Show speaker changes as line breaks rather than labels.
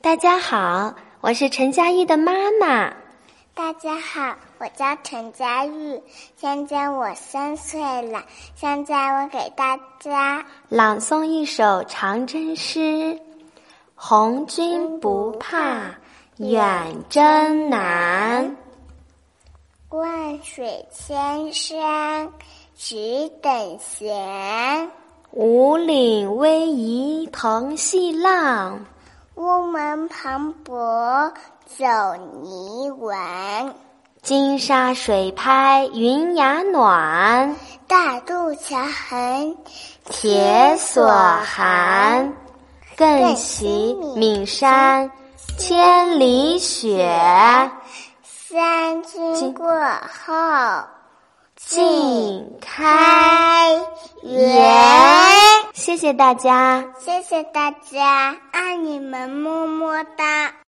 大家好，我是陈佳玉的妈妈。
大家好，我叫陈佳玉，现在我三岁了。现在我给大家
朗诵一首长征诗：红军不怕远征难，
万水千山只等闲。
五岭逶迤腾细浪，
屋门磅礴走泥丸。
金沙水拍云崖暖，
大渡桥横
铁索寒。更喜岷山千里雪，
三军过后
尽开。
开
园
园。
谢谢大家。
谢谢大家，爱你们，么么哒。